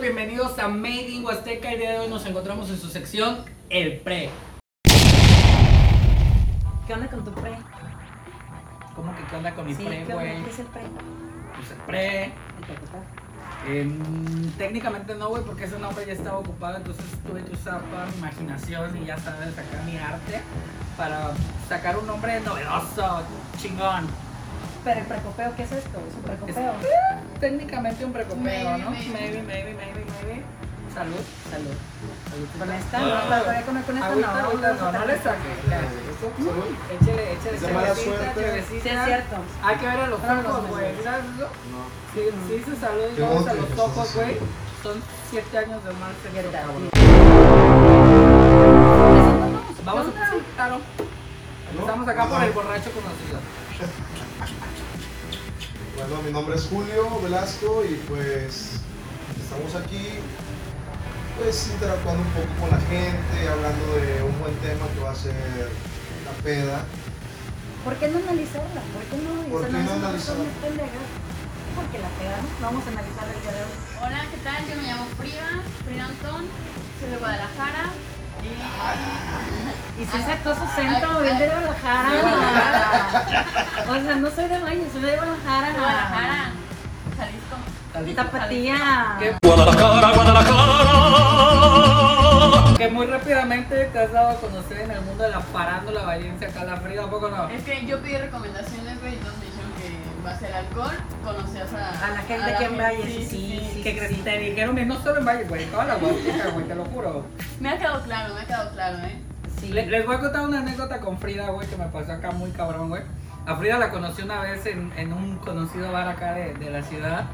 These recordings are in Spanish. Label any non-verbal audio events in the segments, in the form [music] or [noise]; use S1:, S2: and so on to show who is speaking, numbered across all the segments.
S1: bienvenidos a Made in Huasteca. El día de hoy nos encontramos en su sección El Pre.
S2: ¿Qué onda con tu pre?
S1: ¿Cómo que qué onda con mi
S2: Sí,
S1: pre,
S2: ¿qué onda?
S1: güey?
S2: ¿Qué es el pre?
S1: Pues el pre.
S2: El pre, pre.
S1: Em, técnicamente no, güey, porque ese nombre ya estaba ocupado, entonces tuve que usar toda mi imaginación y ya sabes, sacar mi arte para sacar un nombre novedoso, chingón.
S2: Pero el precopeo, ¿qué es esto? Es un precopeo.
S1: Técnicamente un precopeo,
S3: Maybe,
S1: ¿no?
S3: maybe.
S1: Maybe, maybe, maybe, maybe. Salud, salud. Salud.
S2: Con esta, no,
S1: Ah.
S2: pero con, con esta
S1: Agüita,
S2: no.
S1: agüita, no, no le
S2: está.
S1: saque. Échele, échele,
S4: Esa mala
S1: cervecita,
S4: suerte.
S2: Sí, ah.
S1: cervecita.
S2: es cierto.
S1: Hay que ver a los
S2: Pero no
S1: ojos,
S2: se
S1: güey.
S2: me
S1: ¿Sabes eso?
S4: No.
S1: Sí, sí, se salió
S4: Qué
S1: vamos a
S4: odio
S1: los
S4: que
S1: ojos,
S4: sos
S1: güey.
S4: así.
S1: Son 7 años de mal sexo,
S2: Verdad.
S1: cabrón.
S2: Presentándonos.
S1: Vamos
S2: Ah,
S1: a sí,
S2: pues, ¿Qué onda?
S1: claro. Estamos acá por el borracho conocido.
S4: Bueno, mi nombre es Julio Velasco y pues estamos aquí pues interactuando un poco con la gente, hablando de un buen tema que va a ser la peda.
S2: ¿Por qué no analizarla? ¿Por qué no
S4: ¿Por qué no analizarla?
S2: Es pendeja. Porque la pegamos. Vamos a analizar el día de hoy.
S3: Hola, ¿qué tal? Yo me llamo Frida, Frida Antón, soy de Guadalajara.
S2: Y si se actuó su
S3: Ay,
S2: centro,
S3: ay.
S2: bien de Guadalajara. O sea, no soy de Valle, soy de Guadalajara.
S3: De Guadalajara, Jalisco.
S2: Tapatía.
S1: Que,
S5: Guadalajara, Guadalajara.
S1: que muy rápidamente te has dado a conocer en el mundo de la farándula vallense acá la frida, ¿a poco no?
S3: Es que yo pedí recomendaciones, güey, entonces me dijeron que va a ser alcohol, conocías a,
S2: A la gente que en
S3: gente.
S2: Valle, sí, sí, sí.
S1: Que cre- te dijeron, y no solo en Valle, güey, en toda la Huasteca, güey, te lo juro.
S3: Me ha quedado claro, me ha quedado claro, ¿eh?
S2: Sí.
S1: Le- les voy a contar una anécdota con Frida, güey, que me pasó acá muy cabrón, güey. A Frida la conocí una vez en, en un conocido bar acá de, de la ciudad.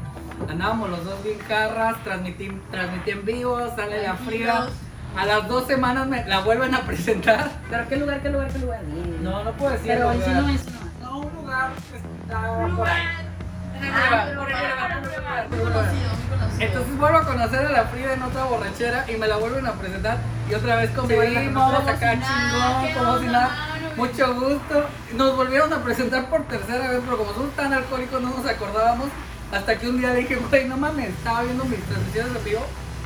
S1: Andábamos los dos bien carras, transmití, transmití en vivo, sale la Frida.
S3: Tranquilos.
S1: A las dos semanas me la vuelven a presentar.
S2: Pero qué lugar, qué lugar, qué lugar.
S1: No, no puedo decir.
S2: Pero
S1: el lugar.
S2: encima no es.
S1: No, un lugar que está
S3: Un
S1: por ahí.
S3: lugar.
S1: Por ahí
S3: Ah,
S1: va,
S3: pero
S1: por ahí va,
S3: para,
S1: por ahí
S3: para,
S1: va,
S3: para, Muy
S1: por ahí va.
S3: conocido, muy conocido.
S1: Entonces vuelvo a conocer a la Frida en otra borrachera y me la vuelven a presentar y otra vez convivimos
S2: como si
S1: acá
S3: nada,
S1: chingón,
S3: ¿qué
S1: como si
S3: onda,
S1: nada.
S3: mano?
S1: Mucho gusto. Nos volvieron a presentar por tercera vez, pero como somos tan alcohólicos no nos acordábamos. Hasta que un día dije, güey, no mames, estaba viendo mis transmisiones en vivo.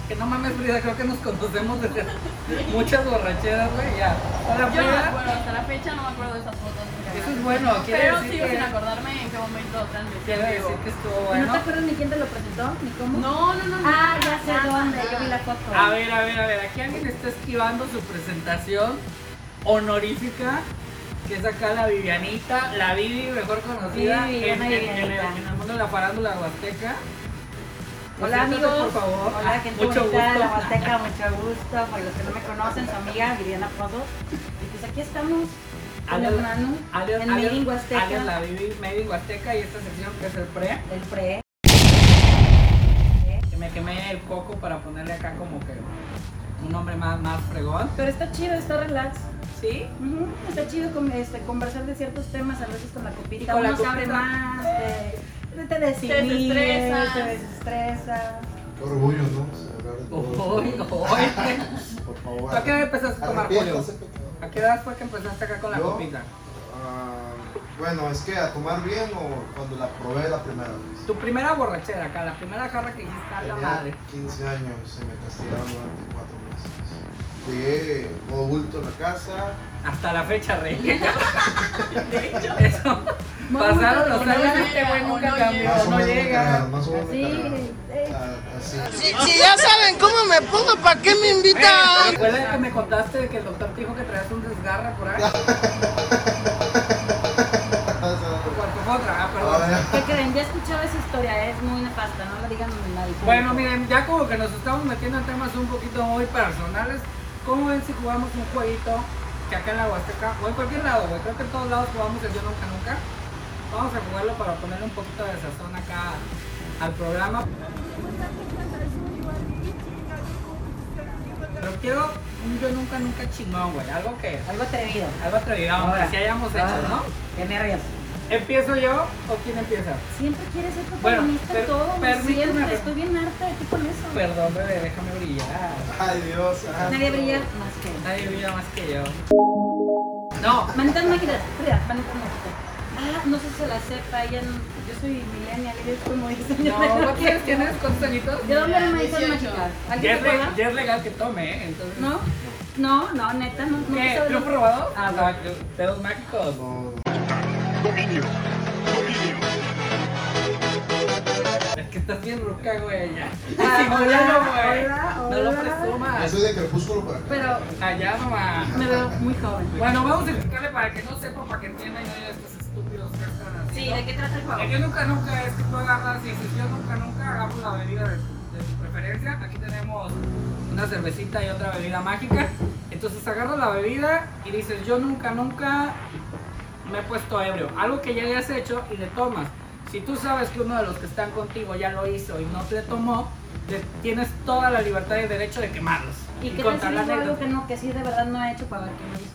S1: Que no mames, Frida, creo que nos conocemos desde [laughs] muchas borracheras, güey. Ya. Hola,
S3: Yo no me
S1: Frida.
S3: acuerdo, hasta la fecha no me acuerdo de esas fotos. porque
S1: Eso
S3: la-
S1: es bueno, quiere
S3: Pero
S1: decir
S3: sigo
S1: que-
S3: sin acordarme en qué momento transmití.
S1: Quiero decir
S3: digo.
S1: que estuvo
S2: ¿No te
S1: bueno.
S2: acuerdas ni quién te lo presentó? ¿Ni cómo?
S3: No, no, no. no.
S2: Ah, ya sé dónde. Yo vi la foto.
S1: A ver, a ver, a ver, aquí alguien está esquivando su presentación honorífica, que es acá la Vivianita, la Vivi, mejor conocida
S2: Vivi,
S1: en,
S2: una
S1: en- en el,
S2: Vivianita.
S1: en el mundo de la farándula huasteca.
S2: Hola
S1: Preséntate,
S2: amigos,
S1: por favor.
S2: hola gente
S1: Mucho
S2: bonita de la
S1: gusto.
S2: Huasteca, mucho gusto. Para los que no me conocen, su amiga Viviana Pozo. Y pues aquí estamos
S1: [laughs]
S2: con
S1: Alias-
S2: Hernán
S1: alias-
S2: en
S1: alias-
S2: Mirin Huasteca,
S1: alias la Vivi, Made in Huasteca y esta sección que es el pre,
S2: el pre.
S1: que me quemé el coco para ponerle acá como que un nombre más, más fregón.
S2: Pero está chido, está relax.
S1: ¿Sí?
S2: Ujú, Está chido con- este, conversar de ciertos temas, a veces con la copita
S1: Con la
S2: uno se abre
S1: copita.
S2: más, te, te, te desinhibes,
S3: desestresas.
S2: te desestresa.
S4: Qué orgullo, ¿no? O sea, hablar de
S1: [laughs]
S4: todo.
S1: Uy, uy.
S4: Por favor.
S1: ¿Tú a qué edad empezaste a tomar, Julio?
S4: arrepiéntase, pecador.
S1: ¿A qué edad fue que empezaste acá con la
S4: ¿Yo?
S1: copita?
S4: Ah, bueno, es que a tomar bien o cuando la probé la primera vez.
S1: Tu primera borrachera acá, la primera jarra que hiciste a la madre.
S4: Tenía 15 años, se me castigaron durante 4 meses. Llegué todo bulto en la casa,
S1: Hasta la fecha, rey. Eso. Pasaron los
S2: no
S1: años y
S2: llega,
S1: este güey
S3: o
S1: nunca
S3: no
S1: cambió,
S3: llega.
S4: más o
S1: no
S4: menos me
S1: llega.
S4: cargaron, más o menos me
S2: Así,
S4: cargaron.
S2: eh,
S4: Ah, Así.
S6: Si, si ya saben cómo me pongo, ¿para qué me invitan?
S1: Recuerda Eh, que me contaste de que el doctor te dijo que traías un desgarre por ahí.
S4: Ah,
S1: ¿Cuánto fue otra? Ah, perdón.
S2: ¿qué creen? Ya he escuchado esa historia, es muy nefasta, no la digan a nadie.
S1: Bueno, miren, ya como que nos estamos metiendo en temas un poquito muy personales. ¿Cómo ven si jugamos un jueguito que acá en la Huasteca, o en cualquier lado, güey? Creo que en todos lados jugamos el Yo Nunca Nunca. Vamos a jugarlo para ponerle un poquito de sazón acá al programa. Pero quiero un Yo Nunca Nunca chingón, güey. Algo que,
S2: Algo atrevido.
S1: algo atrevido, aunque
S2: Ahora.
S1: si hayamos hecho,
S2: Ahora.
S1: ¿no?
S2: Qué nervios.
S1: ¿Empiezo yo o quién empieza?
S2: Siempre quieres ser
S1: Bueno,
S2: protagonista
S1: per-
S2: en todo,
S1: permíteme-
S2: siempre. Estoy bien harta de ti con eso.
S1: Perdón, bebé, déjame brillar.
S4: Ay, Dios. santo.
S2: Nadie brilla más que él.
S1: Nadie brilla más que yo. No,
S2: [laughs] Manitas mágicas, Frida, manitas mágicas. Ah, no sé si se la sepa, ella no- yo soy millennial, ella es como dice.
S1: [laughs] No, ¿no quieres tienes cuántos añitos?
S2: ¿De dónde era Madison
S3: 18.
S2: Mágica?
S1: Ya
S2: ¿Alguien
S1: es,
S2: se acuerda?
S1: le- ya es legal que tome, ¿eh? Entonces,
S2: ¿No? No, no, neta, no. no
S1: ¿Qué?
S2: sabes
S1: ¿Lo he
S2: lo-
S1: probado?
S2: Ah,
S1: O
S2: bueno.
S1: sea, ¿Pedos mágicos?
S4: No,
S1: Es que estás bien ruca, güey, ya. [laughs]
S2: Ah,
S1: Sí, volando,
S2: hola,
S1: güey.
S2: hola,
S1: No lo
S2: hola.
S4: yo
S1: presumas.
S4: soy de crepúsculo para acá. Ah,
S2: Pero
S1: Allá, mamá.
S2: me veo muy joven.
S1: Bueno, vamos a explicarle para que no sepa, para que entienda y no haya estos estúpidos que están
S2: Sí,
S1: haciendo.
S2: ¿de qué trata el
S1: El
S2: juego?
S1: yo nunca nunca es que tú agarras y dices yo nunca nunca agarro la bebida de, de tu preferencia. Aquí tenemos una cervecita y otra bebida mágica. Entonces agarras la bebida y dices yo nunca nunca me he puesto ebrio. Algo que ya hayas hecho y le tomas. Si tú sabes que uno de los que están contigo ya lo hizo y no te tomó, te- tienes toda la libertad y derecho de quemarlos.
S2: ¿Y qué tal si
S1: la
S2: digo algo
S1: anécdota.
S2: que no, que sí de verdad no he hecho para ver qué me dice?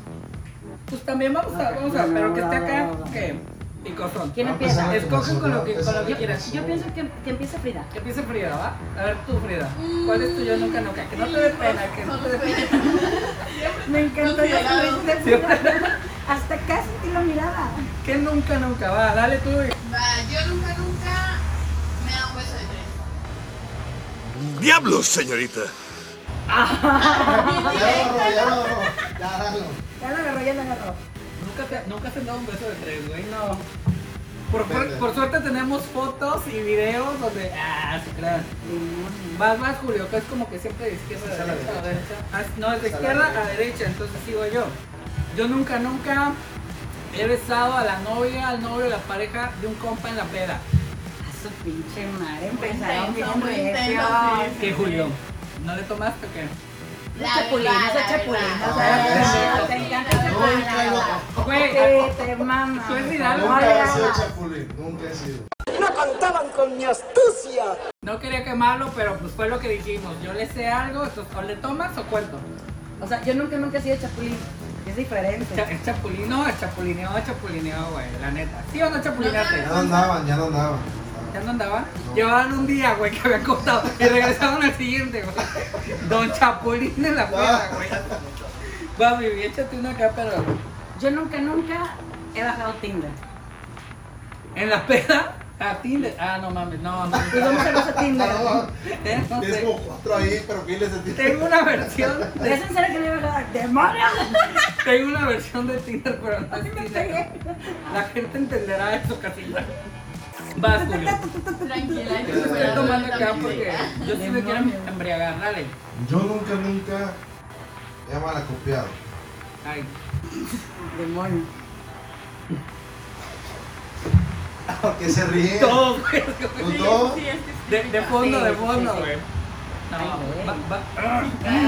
S1: Pues también vamos a, vamos a, pero que esté acá, que picosón.
S2: ¿Quién
S4: Va a
S2: empieza?
S4: empezar
S1: Escoge
S4: Azul,
S1: con lo
S4: va a
S1: que- con
S4: empezar
S1: lo que
S4: con
S1: quieras.
S4: Azul.
S2: Yo pienso que, que empiece Frida.
S1: Que empiece Frida, ¿va? A ver tú, Frida. ¿Cuál es tu yo nunca nunca? Que no te dé pena, que no te dé pena.
S2: Me encantó la
S3: Considerado.
S2: sonrisa de Frida. [laughs] Hasta acá sentí la mirada.
S1: Que nunca nunca, va, dale tú.
S3: Va, yo nunca, nunca me da un beso de tres.
S6: ¡Diablos, señorita!
S4: Ya lo agarró, ya lo agarró, ya agárralo.
S2: Ya la agarró, ya la agarró.
S1: Nunca te, nunca te han dado un beso de tres, güey, no. Por, por,
S4: Vende.
S1: por suerte tenemos fotos y videos donde. Ah, se crean. Vas, vas, Julio, que es como que siempre de izquierda
S4: Es
S1: a
S4: a la
S1: derecha. a
S4: derecha.
S1: derecha. Ah, No, es de
S4: Es a la
S1: izquierda a
S4: derecha.
S1: derecha, entonces sigo yo. Yo nunca, nunca he besado a la novia, al novio, a la pareja de un compa en la peda.
S2: A su pinche madre, empezaron
S3: Muy
S2: bien
S3: intenso, muy
S2: recio.
S3: intenso, sí.
S1: ¿Qué, Julio? ¿No le tomaste o qué?
S2: Los chapulinos, los chapulinos,
S4: Ah,
S2: ah, te encanta el
S4: Nunca he
S2: chapulín.
S4: ido-
S1: Güey,
S2: Sí, te mama.
S1: Tú eres Hidalgo.
S4: nunca he sido
S2: Hola.
S4: chapulín, nunca he sido.
S6: No contaban con mi astucia.
S1: No quería quemarlo, pero pues fue lo que dijimos. Yo le sé algo, entonces o le tomas o cuento.
S2: O sea, yo nunca, nunca he sido chapulín. Es
S1: Cha-
S2: diferente.
S1: Es chapulino, es chapulineó, es chapulineó, güey, la neta. ¿Sí o no chapulinaste?
S4: Ya no andaban, ya no andaban.
S1: ¿Ya no andaban?
S4: No.
S1: Llevaban un día, güey, que habían costado y regresaban al siguiente, güey. Don Chapulín en la puerta, güey. Va, baby, échate una acá, pero
S2: Yo nunca, nunca he bajado Tinder.
S1: en la peda, a Tinder. Ah, no mames, no, no.
S2: ¿Y cómo se usa Tinder?
S1: [laughs] Eh, no
S4: Tienes
S1: sé.
S4: como cuatro ahí, pero miles de ti.
S1: Tengo una versión, de-
S2: ¿Es en serio que no he bajado? ¡Demonios!
S1: tengo una versión de Tinder, pero no
S2: A mí
S1: es
S2: me
S1: Tinder.
S2: pegué.
S1: La gente entenderá eso casi. Vas, Julio.
S3: Tranquila,
S1: Yo estoy tomando acá porque
S3: tranquila.
S1: yo sí me quiero embriagar, dale.
S4: Yo nunca, nunca he malacopiado.
S1: Ay,
S2: Demonios.
S4: Porque se ríen.
S1: todo, güey.
S4: Pues no.
S3: Sí, es que sí.
S1: De, de fondo,
S2: Sí,
S1: de
S2: sí,
S1: fondo,
S2: sí.
S1: güey. No,
S2: Ay,
S1: va,
S2: güey.
S1: va.
S4: A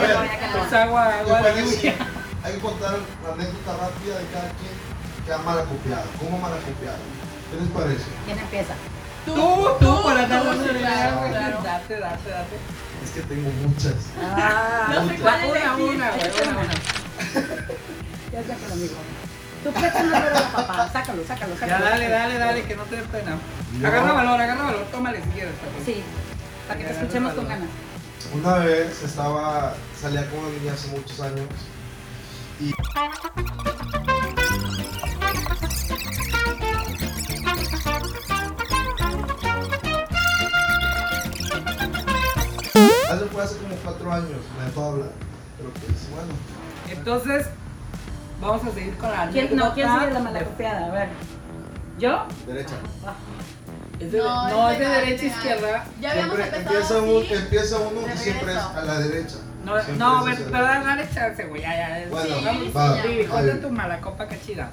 S4: ver.
S1: Pues agua,
S4: Yo
S1: agua de
S4: creo que sí,
S1: [laughs] lluvia.
S4: [laughs] Hay que contar la anécdota rápida de cada quien que ha malacopiado. ¿Cómo malacopiado? ¿Qué les parece?
S2: ¿Quién empieza?
S1: Tú, tú, para
S3: tú,
S1: dar una
S3: sí,
S1: idea,
S3: claro,
S1: güey.
S3: claro.
S1: Date, date, date.
S4: Es que tengo muchas.
S2: Ah,
S3: No sé cuál es
S1: Una, una, güey, una, una.
S2: [laughs] ya sé que lo mismo. Tú puedes no de la papá. Sácalo, sácalo,
S1: Ya
S2: sácalo.
S1: dale, dale, dale, que no te dé pena.
S4: Yo-
S1: Agarra valor, agarra valor, tómale si quieres. papi.
S2: Sí, para que te escuchemos con ganas.
S4: Una vez estaba, salía con una niña hace muchos años y... Hace fue hace como cuatro años, me dejó hablar, pero pues bueno.
S1: Entonces, vamos a seguir con la
S2: ¿Quién, no, ¿quién sigue la
S1: anécdota
S2: mala
S1: de-
S2: copiada? A ver. ¿Yo? Ah,
S4: Derecha.
S1: Es de- No, es de
S3: legal,
S1: derecha a
S3: legal.
S1: izquierda.
S3: Ya habíamos
S4: Siempre
S3: empezado
S4: empieza, uno,
S3: así.
S4: empieza uno
S3: de
S4: y siempre es
S3: regreso.
S4: a la derecha.
S1: No,
S4: Siempre
S1: no,
S4: es
S1: a ver,
S4: hacia la
S1: pero dale chance, güey, ya, ya.
S4: Bueno,
S1: sí, vamos.
S4: va,
S3: sí,
S1: Vivi,
S4: va
S1: cuenta
S4: bien.
S1: tu mala copa que chida.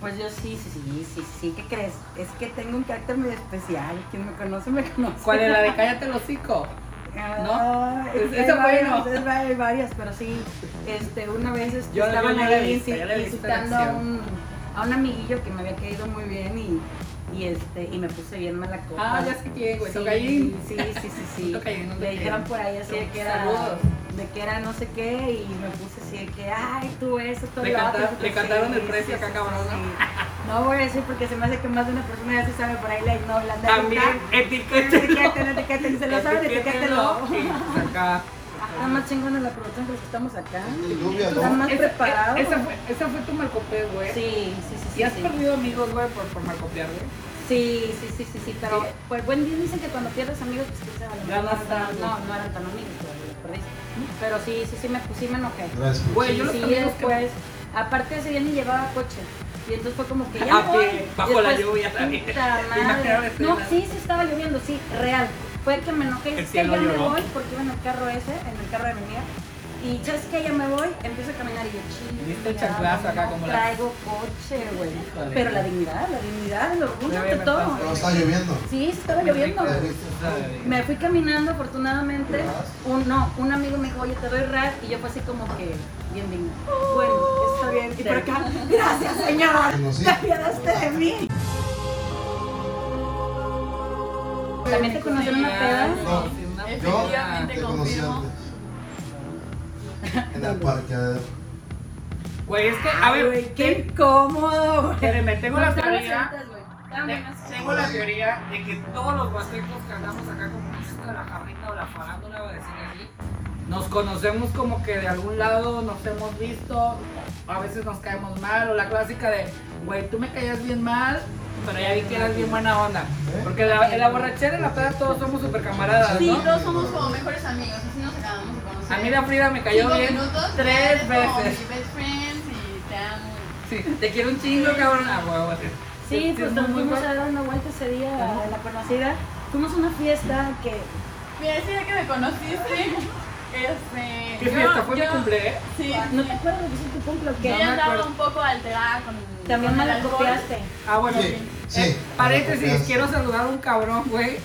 S2: Pues yo sí, sí, sí, sí, sí. ¿Qué crees? Es que tengo un carácter muy especial. Quien me conoce, me conoce.
S1: ¿Cuál es la de cállate los hocico?
S2: Ah,
S1: ¿No?
S2: es-
S1: Esa
S2: hay
S1: fue,
S2: varias,
S1: ¿no?
S2: es- hay varias, pero sí. Este, una vez este,
S1: Yo- yo
S2: estaban
S1: ya la
S2: ahí
S1: viste, ya la
S2: insi-
S1: viste
S2: visitando
S1: en
S2: a
S1: acción.
S2: un, a un amiguillo que me había caído muy bien y, y, este, y me puse bien mala copa.
S1: Ah, ya sé quién, güey,
S2: Sí,
S1: tocallín.
S2: Sí, sí, sí,
S1: [laughs]
S2: sí.
S1: Tocallín, no
S2: Le
S1: tocallín.
S2: dijeron por ahí así de que era.
S1: Saludos.
S2: De que era no sé qué y me puse así de que, ay, tú eso, todo
S1: Le
S2: lo
S1: canta-
S2: otro".
S1: le cantaron el
S2: Sí,
S1: precio
S2: sí,
S1: acá,
S2: sí,
S1: cabrón, ¿no?
S2: sí. [laughs] No voy a decir porque se me hace que más de una persona ya se sabe por ahí la ignorante.
S1: También, etiqueta. [laughs]
S2: Etiquétenlo, etiquétenlo, se lo saben, etiquétenlo.
S1: Acá.
S2: Está más chingona la producción que los que estamos acá.
S4: Y lluvia,
S2: Está
S4: ¿no?
S2: más
S1: Esa-
S2: preparado.
S1: Esa fue, esa fue tu marcopeo, güey.
S2: Sí, sí, sí.
S1: ¿Y has
S2: sí.
S1: perdido amigos, güey, por, por marcopear, güey?
S2: Sí, sí, sí, sí, sí, pero pues buen día dicen que cuando pierdes amigos, pues que se van
S1: Ganas tanto.
S2: No, no eran tan amigos, pero los perdiste. Pero sí, sí, sí me, pues, sí me enojé.
S4: Gracias. Cruz.
S1: Güey,
S2: Sí,
S1: yo los
S2: sí,
S1: amigos que-
S2: después, aparte ese día ni llevaba coche. Y entonces fue como que ya
S1: Ah,
S2: me voy.
S1: sí,
S2: Y
S1: bajo la
S2: después,
S1: lluvia también.
S2: puta
S1: Te [laughs] imaginaba
S2: madre.
S1: que
S2: No,
S1: estaba-
S2: sí, sí estaba lloviendo, sí, real. Fue que me enojé,
S1: El
S2: es que ya
S1: cielo
S2: me
S1: lloró.
S2: voy, porque iba en el carro ese, en el carro de mi amiga. Y sabes que ya me voy, empiezo a caminar y yo chido.
S1: Diste el chanclazo acá como la-
S2: Traigo coche, güey.
S1: Híjole.
S2: Pero la dignidad, la dignidad, el orgullo
S1: Me
S2: que
S1: había
S2: todo.
S1: matado.
S4: No, está lloviendo.
S3: [laughs]
S2: Sí, estaba lloviendo. Me fui caminando afortunadamente. Un, no, un amigo me dijo, oye, te doy rap. Y yo fue así como que, bien digna. Bueno, está bien. Y por acá, gracias, señor.
S4: Bueno, sí.
S2: Te apiadaste de mí. También te conocieron una peda.
S4: No, yo
S3: Efectivamente,
S4: te conocí
S3: confirmo.
S4: antes. En el parqueadero.
S1: Güey, es que, a
S2: Ay,
S1: ver,
S2: güey, qué incómodo, güey.
S1: espérame, tengo la teoría.
S2: Dame
S1: Te- Tengo la teoría de que todos los huastecos que andamos acá como en esto de la jarrita o la farándula o decir así, nos conocemos como que de algún lado nos hemos visto, a veces nos caemos mal, o la clásica de, güey, tú me caías bien mal, pero ya vi que eras bien buena onda. Porque la, en la borrachera y la peda todos somos super camaradas,
S3: Sí,
S1: ¿no?
S3: todos somos como mejores amigos, así nos acabamos de conocer.
S1: A mí la Frida me cayó
S3: Cinco
S1: bien
S3: minutos,
S1: tres
S3: ya eres como
S1: veces.
S3: mi best friends y te amo.
S1: Sí, te quiero un chingo, cabrón. Ah, huevo, así.
S2: Sí,
S1: es
S2: pues
S1: muy
S2: nos fuimos
S1: bueno.
S2: a dar una vuelta ese día a la conocida. Fuimos a una fiesta que
S3: Mira, ese día que me conociste, este...
S1: ¿Qué
S3: yo-
S1: fiesta? ¿Fue mi
S3: yo-
S1: cumpleaños?
S3: Sí,
S2: no
S3: sí.
S2: te acuerdas de tu cumple o
S3: Yo
S2: qué.
S1: me
S3: ya andaba
S1: acuerdo.
S3: un poco alterada con.
S2: También
S3: con
S2: me
S3: el
S2: la
S3: alcohol.
S2: copiaste.
S1: Ah, bueno,
S4: Sí,
S1: eh,
S4: sí.
S1: paréntesis,
S4: Gracias.
S1: quiero saludar a un cabrón, güey,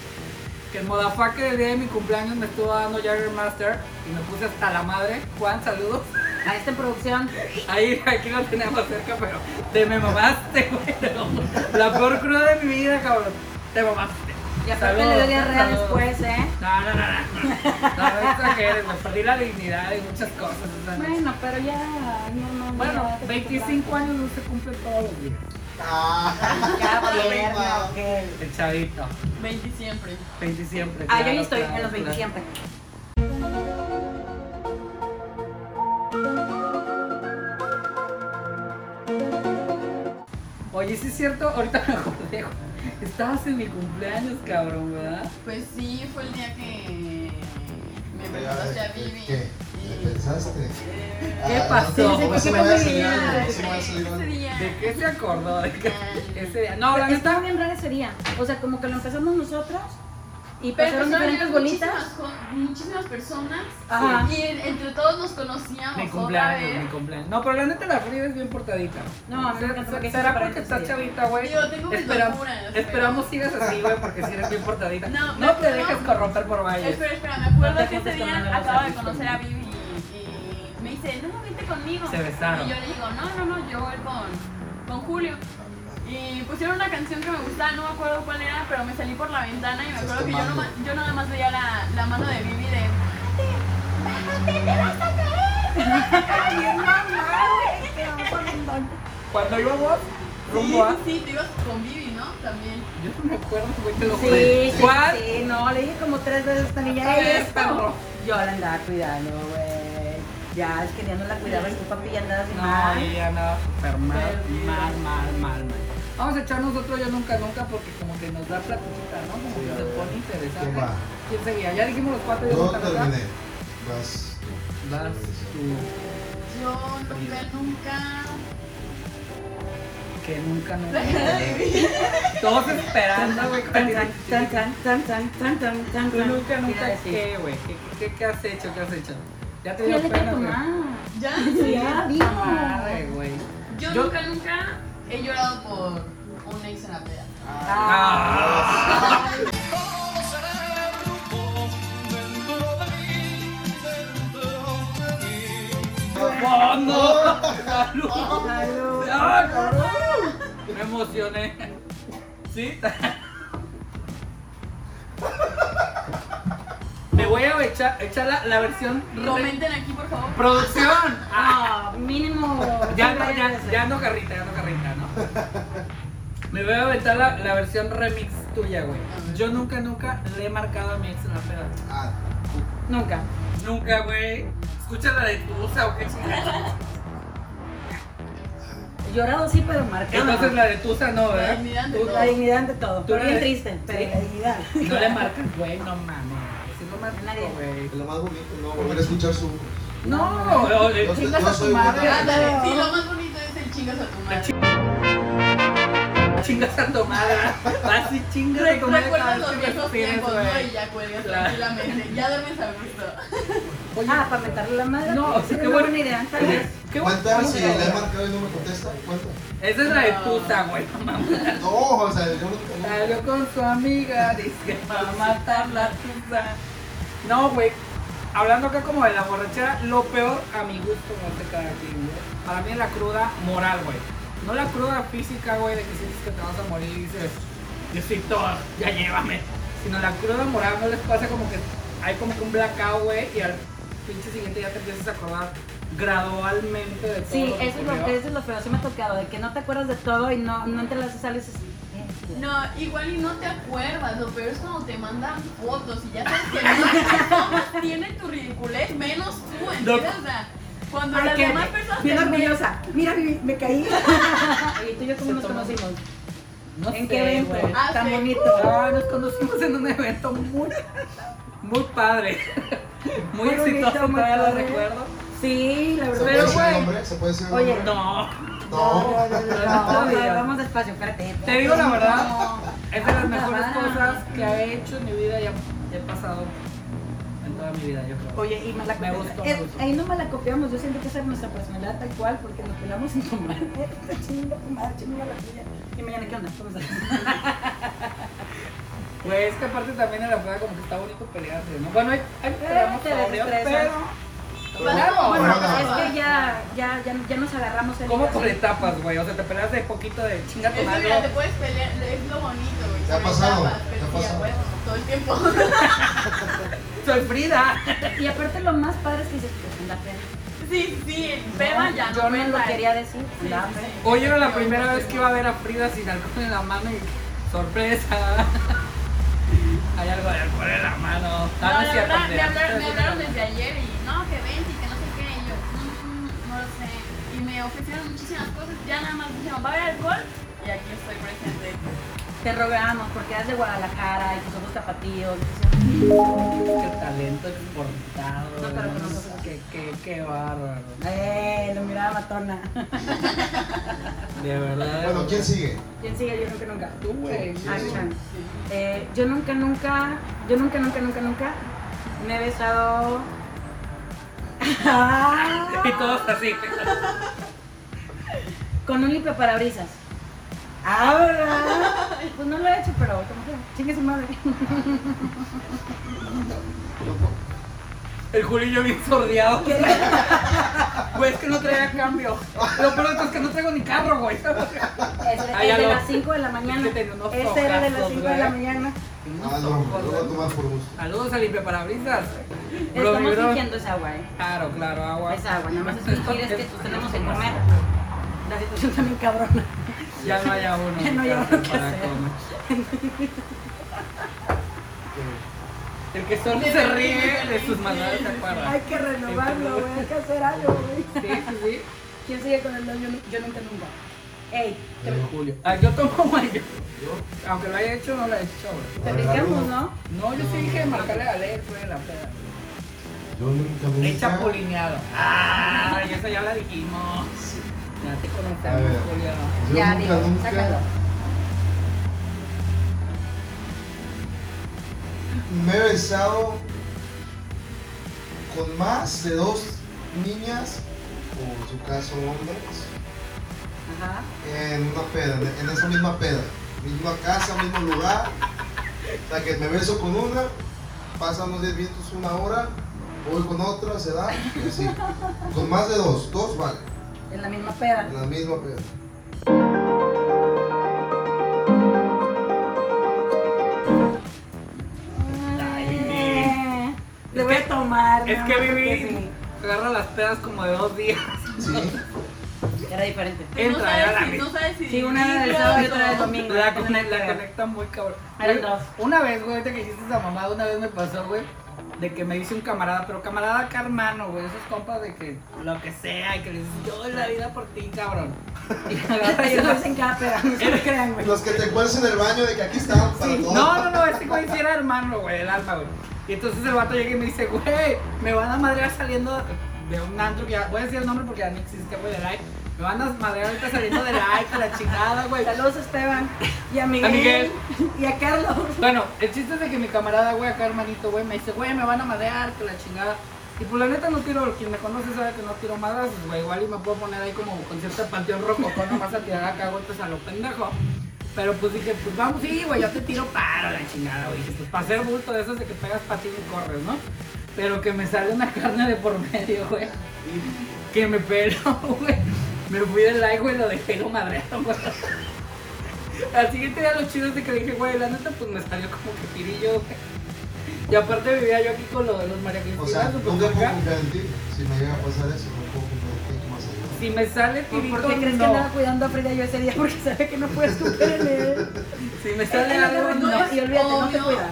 S1: que el modafaque del día de mi cumpleaños me estuvo dando Jagger Master y me puse hasta la madre. Juan, saludos.
S2: A esta producción.
S1: Ahí, aquí lo tenemos cerca, pero te me mamaste, güey. te lo juro. La peor cruda de mi vida, cabrón. Te mamaste.
S2: Y aparte
S1: Saludos,
S2: le doy diarrea
S1: saludos.
S2: después, ¿eh?
S1: No, no, no, no. No, no exageres, güey. Perdí la dignidad y muchas cosas. o sea,
S2: Bueno, pero ya, ay, mi hermano.
S1: bueno, 25 años no se cumple todos los días.
S4: Ah,
S2: Ya, pierna, ok.
S1: El chavito.
S3: 20 siempre.
S1: 20 siempre.
S2: Ah, yo
S1: claro,
S2: ahí estoy,
S1: claro,
S2: en los
S1: claro.
S2: 20 siempre.
S1: Oye, sí es cierto, ahorita me acordé, güey. Estabas en mi cumpleaños, cabrón, ¿verdad?
S3: Pues sí, fue el día que me presentaste a Vivi.
S4: ¿Qué?
S3: Y-
S4: ¿Le pensaste?
S3: Eh,
S1: ¿Qué
S4: Ah,
S1: pasó?
S4: no, no,
S2: Sí,
S4: sí
S2: sí,
S4: me voy a
S2: sí,
S4: salir
S2: sí,
S4: algo,
S2: sí,
S4: sí me voy a salir
S3: ese
S4: algo.
S3: día.
S1: ¿De qué se acordó? ¿De qué? Ese día. No, la neta.
S2: Estaba bien raro ese día. O sea, como que lo empezamos nosotros y
S3: Pero
S2: pasaron diferentes
S3: había
S2: bolitas.
S3: muchísimas con- Muchísimas personas.
S2: Ajá.
S3: Y en- entre todos nos conocíamos.
S1: Mi
S3: otra
S1: cumpleaños, mi
S3: vez.
S1: cumpleaños. No, pero la neta la Frida es bien portadita.
S2: No, a mí me encanta
S1: Se-
S2: porque
S1: se- Será
S2: es
S1: porque estás
S2: diferente,
S1: chavita, güey.
S3: Digo, tengo mis
S1: Espera-
S3: locuras, pero-
S1: Esperamos sigas así, güey, porque si eres bien portadita. No,
S3: No,
S1: te
S3: no.
S1: dejes corromper por valles.
S3: Espera, espera, me acuerdo
S1: No te
S3: que ese
S1: juntes con
S3: día
S1: amigos
S3: acabo de
S1: así
S3: conocer a
S1: como-
S3: Vivi y, y me dice, no, vente conmigo.
S1: Se besaron.
S3: Y yo le digo, no, no, no, yo voy con, con Julio. Y pusieron una canción que me gustaba, no me acuerdo cuál era, pero me salí por la ventana y me
S4: Estás
S3: acuerdo que yo,
S4: tomando.
S3: noma- yo nada más veía la, la mano de Vivi de, bájate, bájate, te vas a caer. te vas a caer".
S1: Cuando íbamos rumbo a.
S3: Sí, sí, te ibas con Vivi, ¿no? También.
S1: Yo no me acuerdo, güey, te lo juro.
S2: Sí, sí,
S1: ¿Cuál?
S2: sí, no, le dije como tres veces a esta niña,
S1: Otra
S2: "Ey,
S1: vez, perro".
S2: esto. Yo la andaba cuidando, güey. Ya, es que ya no la cuidaba y tu papi ya andaba así
S1: No,
S2: mal.
S1: ella andaba súper mal,
S3: Perdida.
S1: mal, mal, mal, mal. Vamos a echarnos otro yo nunca, nunca, porque como que nos da platiquita, ¿no? Como
S4: Sí,
S1: que
S4: a
S1: se
S4: ver.
S1: pone interesante.
S4: ¿Quién va?
S1: ¿Quién seguía? Ya dijimos los cuatro yo
S4: Yo
S1: nunca, ¿verdad?
S4: terminé. Pues, Vas.
S1: Vas tú,
S3: Yo nunca, nunca.
S1: que nunca,
S2: [laughs]
S3: La
S1: nunca.
S3: cara de Vivi.
S1: Todos esperando, güey, con
S2: Tan,
S1: el-
S2: tan, tan, tan, tan, tan, tan, tan, tan,
S1: Tú
S2: tan.
S1: nunca,
S2: Mira,
S1: nunca,
S2: sí.
S1: ¿qué, güey? ¿Qué, qué, qué has hecho? ¿Qué has hecho? Ya te dio
S2: Ya le
S1: pena,
S2: quiero
S1: güey.
S2: tomar.
S3: Ya,
S2: Ya, digo.
S1: Madre, güey.
S3: Yo,
S1: Yo-
S3: nunca, nunca he llorado por un ex en la peda.
S1: Ah. ¡Oh, no! ¡Salud!
S2: Salud.
S1: ¡Ah, cabrón! Me emocioné. ¿Sí? Me voy a echar, echar la, la versión re-
S3: Comenten aquí, por favor.
S1: producción.
S2: Ah, mínimo.
S1: Ya
S2: tres
S1: no, ya,
S2: veces.
S1: ya no carrita, ya no carrita, ¿no? Me voy a aventar la, la versión remix tuya, güey. Yo nunca, nunca le he marcado a mi ex en la peda.
S4: Ah,
S2: Nunca.
S1: Nunca, güey. Escucha la de Tusa o qué chingada.
S2: Llorado sí, pero marcado.
S1: Entonces la de Tusa no, ¿verdad?
S3: La dignidad de
S1: Tú-
S2: La dignidad ante todo.
S1: Tú
S2: Tú bien
S1: eres-
S2: triste, pero la dignidad.
S1: No le marcas, güey, no mames. Es lo más
S2: Nadie.
S1: rico, güey.
S4: Es lo más bonito, ¿no? Volver a escuchar su.
S1: No, no, eh,
S4: Yo-
S1: chingas
S4: yo
S1: a tu
S4: soy
S1: madre.
S4: una-
S3: Ándale, Sí, lo más bonito es el chingas a tu madre.
S1: Chingas a tu madre. Vas y chingas a tu madre. cada
S3: Recuerdas
S1: vez
S3: los
S1: que
S3: viejos
S1: respiras,
S3: tiempos,
S1: güey.
S3: ¿no? Y ya cuelgas
S1: Claro.
S3: tranquilamente. Ya duermes a gusto.
S1: Oye,
S2: Ah, para meterle la madre.
S1: No,
S2: pues,
S1: sí,
S2: es
S1: qué
S2: una
S1: bueno.
S2: buena idea, tal
S1: Oye,
S2: vez.
S1: qué
S4: ¿Cuántas? Si
S1: bueno.
S4: le he marcado y no me contesta, ¿cuántas?
S1: Esa es la de Tusa, güey.
S4: No, o sea, yo no.
S1: Salió con su amiga, dice, para matar la tusa. No, güey. Hablando acá como de la borrachera, lo peor a mi gusto, no te queda aquí, güey. Para mí es la cruda moral, güey. No la cruda física, güey, de que sientes que te vas a morir y dices, yo soy todo, ya llévame. Sino la cruda moral no les pasa como que hay como que un blackout, güey, y al pinche siguiente ya te empiezas a acordar gradualmente de todo.
S2: Sí,
S1: que
S2: eso es, lo,
S1: ocurrió.
S2: eso es lo peor, sí me ha tocado, de que no te acuerdas de todo y no, no te las sales "Eh, así.
S3: No, igual y no te acuerdas, lo peor es cuando te mandan fotos y ya sabes que más personas tienen tu ridiculez, menos tú, ¿entiendes? O sea, cuando
S2: Ay,
S3: las
S2: qué-
S3: demás personas
S2: bien
S3: te ven-
S2: orgullosa. Mira, mi- me [laughs] caí. ¿Y tú y yo cómo nos conocimos?
S1: No
S2: ¿En
S1: sé,
S2: qué evento?
S1: güey.
S3: Ah,
S2: Tan
S3: sí.
S2: bonito.
S1: Ay, nos conocimos en un evento muy, muy padre. [laughs] Muy,
S2: Muy
S1: exitoso,
S2: bonito, muy
S1: todavía lo
S2: padre.
S1: recuerdo.
S2: Sí, la
S4: ¿Se
S2: verdad. Pero,
S4: puede decir el
S2: güey.
S4: nombre? ¿Se puede decir el
S2: Oye,
S4: nombre?
S1: No,
S2: No, no, no,
S1: [laughs]
S2: no,
S1: Oye.
S2: no, vamos despacio, espérate.
S1: te digo la verdad, es de las
S2: Anda,
S1: mejores
S2: va.
S1: cosas que he hecho en mi vida y ha- y he pasado en toda mi vida, yo creo.
S2: Oye, y me la
S1: Me
S2: copiamos.
S1: gustó, me gustó.
S2: Ahí no me la copiamos, yo siento que esa es nuestra personalidad tal cual, porque nos pelamos sin tomar. [laughs] Chinga tu madre, chinga la tuya. Y mañana, ¿qué onda? ¿Cómo estás?
S1: Güey, es Pues, que aparte también en la prueba como que está bonito pelearse, ¿no? Bueno, hay, hay que
S2: Eh,
S1: pelearnos
S2: te
S1: sobrio,
S2: desestresas.
S1: pero
S4: Pero-
S3: Claro,
S4: pero
S3: bueno,
S4: nada.
S2: Es que ya, ya, ya, ya nos agarramos el
S1: como
S2: hígado.
S1: por etapas, güey. O sea, te peleas de poquito de chinga tu
S3: Eso
S1: madre.
S3: mira, te puedes pelear, es lo bonito, güey.
S4: ¿Te ha
S3: sobre
S4: pasado?
S3: etapas,
S4: ¿Te
S3: pero
S4: ha
S3: sí, a
S4: pasado?
S3: huevo, Todo el tiempo.
S1: Soy Frida.
S2: Y aparte lo más padre es que dices, pues anda pena.
S3: Sí, sí, el pema ya no
S2: Yo no
S3: cuenta,
S2: lo
S3: ¿eh?
S2: quería decir.
S3: Sí,
S2: anda
S3: sí,
S2: pena.
S3: sí.
S1: Hoy era la primera vez que iba a ver a Frida sin alcohol en la mano y sorpresa. [laughs] Hay algo de alcohol en la mano.
S3: No,
S1: Ah, no
S3: la
S1: es cierto,
S3: verdad, me
S1: Frida.
S3: hablaron, me hablaron desde ayer y no, que vente y que no sé qué. Y yo, "Mm, no lo sé. Y me ofrecieron muchísimas cosas. Ya nada más dijeron, va a haber alcohol. Y aquí estoy presente. Pues
S2: Te rogamos porque eres de Guadalajara y que somos tapatíos.
S1: Qué talento exportado.
S2: No, pero con nosotros.
S1: Qué, qué, qué bárbaro.
S2: Eh, lo miraba matona. [laughs]
S1: De verdad.
S4: Bueno, ¿quién sigue?
S2: ¿Quién sigue? Yo nunca, nunca.
S1: Tú, güey.
S4: Sí.
S2: Ah, chan. Eh, yo nunca, nunca, yo nunca, nunca, nunca, nunca me he besado. [laughs] Ah.
S1: Y todos así.
S2: Con un limpiaparabrisas. Ahora. [laughs] Pues no lo he hecho, pero como que chingue su [laughs] madre.
S1: El Julillo bien sordeado. Güey, es que no traía cambio. Lo peor de todo es que no traigo ni carro, güey.
S4: Ah,
S2: Es de,
S1: Ay,
S2: es de
S1: aló.
S2: las 5 de la
S1: [laughs]
S2: mañana.
S1: Es que tenía unos
S2: Este era de las
S1: ojazos,
S2: 5 de la
S1: güey.
S2: mañana.
S4: Ah, no, lo voy a tomar por gusto.
S1: Saludos al limpia parabrisas.
S2: Estamos fingiendo esa agua, ¿eh?
S1: Claro, claro, agua.
S2: Es agua, nada más es fingir, es que pues, tenemos que comer. La situación también cabrona.
S1: Ya no haya uno.
S2: Ya no haya uno que
S1: para
S2: hacer. [laughs]
S1: comer. El que solo se ríe de sus maldades se acuerda.
S2: que renovarlo, güey, hay que hacer algo, güey.
S1: Sí, sí, sí.
S2: ¿Quién sigue con el novio? Yo nunca, nunca. Ey,
S1: El Julio. Ah, yo tomo mayo. Aunque lo haya hecho, no lo he hecho, güey.
S2: te brincamos, ¿no?
S1: No, yo sí dije marcarle a Alex, fue la peda.
S4: Yo nunca me
S1: He chapulineado. Ah, y eso ya la dijimos. Ya te
S4: A
S1: conocemos,
S4: ver.
S1: Julio.
S4: Yo
S2: ya,
S4: nunca,
S2: digo,
S4: nunca.
S2: sácalo.
S4: Me he besado con más de dos niñas, o en su caso hombres,
S2: Ajá.
S4: en una peda, en- en esa misma peda. Misma casa, mismo lugar. O sea que me beso con una, pasan los 10 minutos, una hora, voy con otra, se da, y así. Con más de dos, dos vale,
S2: En la misma peda.
S4: en la misma peda.
S2: Eh, Le voy a tomar.
S1: Es
S2: ¿no?
S1: que
S2: Porque
S1: viví. Agarra las pedas como de dos días.
S4: Sí.
S2: sí, Era [laughs] diferente.
S3: Tú no
S1: Entra, ya la
S3: sabes si,
S1: vi.
S3: no sabes si.
S2: Sí, una era del
S3: Sí,
S2: sábado y
S3: no.
S2: otra del domingo.
S1: La,
S2: Era
S1: conecta,
S2: una
S1: la
S2: peda.
S1: conecta muy cabrón.
S2: Eran dos.
S1: Una vez, güey, ahorita que hiciste esa mamada, una vez me pasó, güey. de que me dice un camarada, pero camarada acá hermano, güey, esos compas de que lo que sea, y que les dices, yo doy la vida por ti, cabrón. Y agarra y
S2: Eso lo
S1: él-
S2: hacen cada pedazo.
S1: él, créanme.
S4: Los que te encuentras en el baño de que aquí están para
S1: Sí,
S4: todo.
S1: No, no, no, este güey sí era hermano, güey, el alfa, güey. Y entonces el vato llega y me dice, güey, me van a madrear saliendo de un antro que ya, voy a decir el nombre porque ya no existe, güey, de like. Me van a madrear ahorita saliendo de like, a la chingada, güey.
S2: Saludos a Esteban y a Miguel,
S1: A Miguel.
S2: y a Carlos.
S1: Bueno, el chiste es de que mi camarada, güey, acá hermanito, güey, me dice, güey, me van a madear, que la chingada. Y pues la neta no tiro, quien me conoce sabe que no tiro madrazos, güey, igual y me puedo poner ahí como con cierta panteón rococó, nomás a tirar acá golpes a lo pendejo. Pero pues dije, pues vamos, sí, güey, yo te tiro para la chingada, güey. Dije, Pues para hacer bulto de esos de que pegas patín y corres, ¿no? Pero que me sale una carne de por medio, güey. Que me peló, [laughs] güey. Me fui del like, güey, lo dejé lo madreado, güey. Al siguiente día lo chido es de que dije, güey, la neta pues me salió como que pirillo, güey. Y aparte vivía yo aquí con lo de los pues, María
S4: O sea,
S1: Cristina,
S4: nunca puedo confiar en ti. Si me llega a pasar eso, no puedo confiar en ti. ¿Qué más allá?
S1: Si me sale tirito,
S2: ¿Por qué crees que
S1: no.
S2: andaba cuidando a Frida yo ese día? Porque sabe que no puedes escupir en él.
S1: Si me
S2: Él
S1: sale
S2: era
S1: algo,
S2: bueno,
S1: no.
S2: y olvídate, no te
S3: Obvio.
S2: cuida.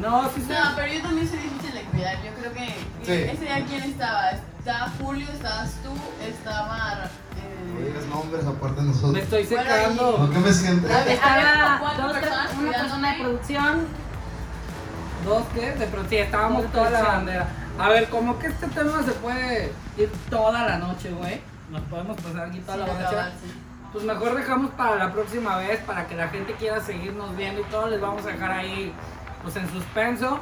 S1: No, sí, sí.
S3: No, pero yo también soy difícil de cuidar. Yo creo que
S4: Sí.
S3: ese día, ¿quién estaba? Estaba Julio, estabas tú, estaba.
S4: No
S3: eh,
S4: digas nombres aparte de nosotros.
S1: Me estoy
S3: Bueno,
S1: secando.
S4: ¿Por qué me siento?
S3: A ver.
S2: Estaba
S3: ¿Cuántas
S2: dos, tres-
S3: personas
S2: una
S3: cuidándome?
S2: persona de producción.
S1: Dos, ¿qué? De pronto sí, estábamos
S2: Dos
S1: toda la
S2: personas.
S1: bandera. A ver, como que este tema se puede ir toda la noche, güey. Nos podemos pasar aquí toda
S3: sí,
S1: la
S3: lo
S1: noche.
S3: grabaste.
S1: Pues mejor dejamos para la próxima vez, para que la gente quiera seguirnos viendo y todo, les vamos a dejar ahí pues en suspenso.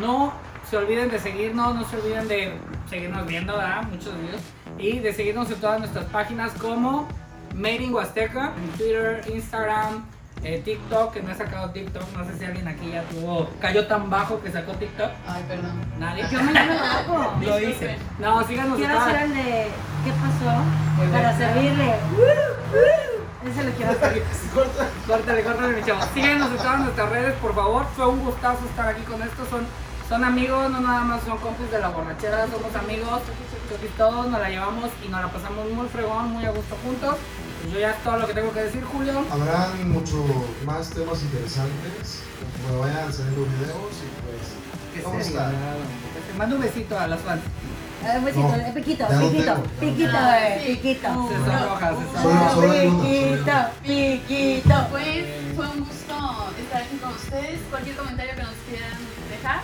S1: No se olviden de seguirnos, no se olviden de seguirnos viendo, ¿verdad? Muchos videos. Y de seguirnos en todas nuestras páginas como Made in Huasteca, en Twitter, Instagram, eh, TikTok, que no he sacado TikTok, no sé si alguien aquí ya tuvo, cayó tan bajo que sacó TikTok.
S3: Ay, perdón.
S1: Nadie. [laughs]
S2: Yo mañana lo [laughs] hago.
S1: Lo hice. No, síganos.
S2: Quiero
S1: todas-
S2: hacer el de ¿Qué
S1: Muy
S2: pasó? Para
S1: bien.
S2: servirle. Uh, uh. Ese lo quiero hacer.
S4: Corta.
S1: Córtale, córtale, mi chavo. Síguenos en todas nuestras redes, por favor. Fue un gustazo estar aquí con estos. Son, son amigos, no nada más son compis de la borrachera, somos amigos. Creo que todos nos la llevamos y nos la pasamos muy fregón, muy a gusto juntos. Pues yo ya es todo lo que tengo que decir, Julio.
S4: Habrán mucho más temas interesantes. Me vayan saliendo videos y pues. Vamos a
S1: serio,
S4: estar.
S1: nada. Te mando un besito a las fans.
S2: Eh, un besito,
S4: No,
S2: eh, piquito,
S4: ya no
S2: piquito,
S4: tengo.
S2: piquito,
S3: Ah,
S2: eh,
S3: sí.
S2: piquito.
S1: Se sonroja, se
S4: Soy-
S1: sonroja.
S4: soy el uno, soy el
S2: Piquito,
S4: uno.
S2: piquito.
S3: Pues fue un gusto estar aquí con ustedes. Cualquier comentario que nos quieran dejar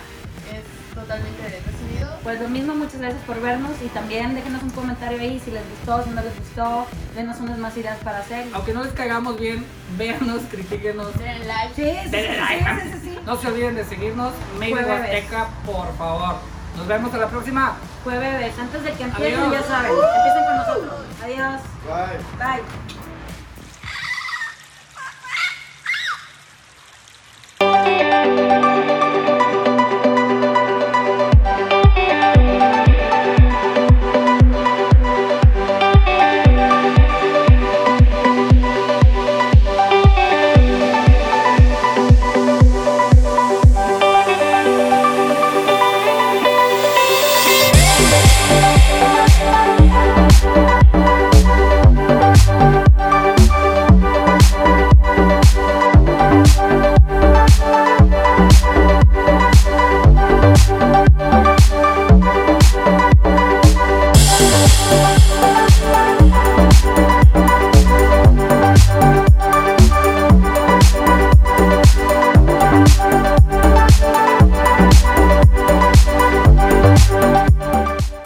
S3: es totalmente recibido.
S2: Pues lo mismo, muchas gracias por vernos y también déjenos un comentario ahí si les gustó, si no les gustó, denos unas más ideas para hacer.
S1: Aunque no les cagamos bien, véanos, critíquenos.
S3: Den like.
S2: Sí, sí, sí,
S1: Denle
S2: sí,
S1: like.
S2: sí, sí, sí.
S1: No se olviden de seguirnos. Made in
S2: Jueves.
S1: Huasteca, por favor. Nos vemos a la próxima.
S2: Fue bebés, antes de que empiecen,
S1: Adiós.
S2: ya saben, empiecen con nosotros. Adiós,
S4: Bye.
S2: bye.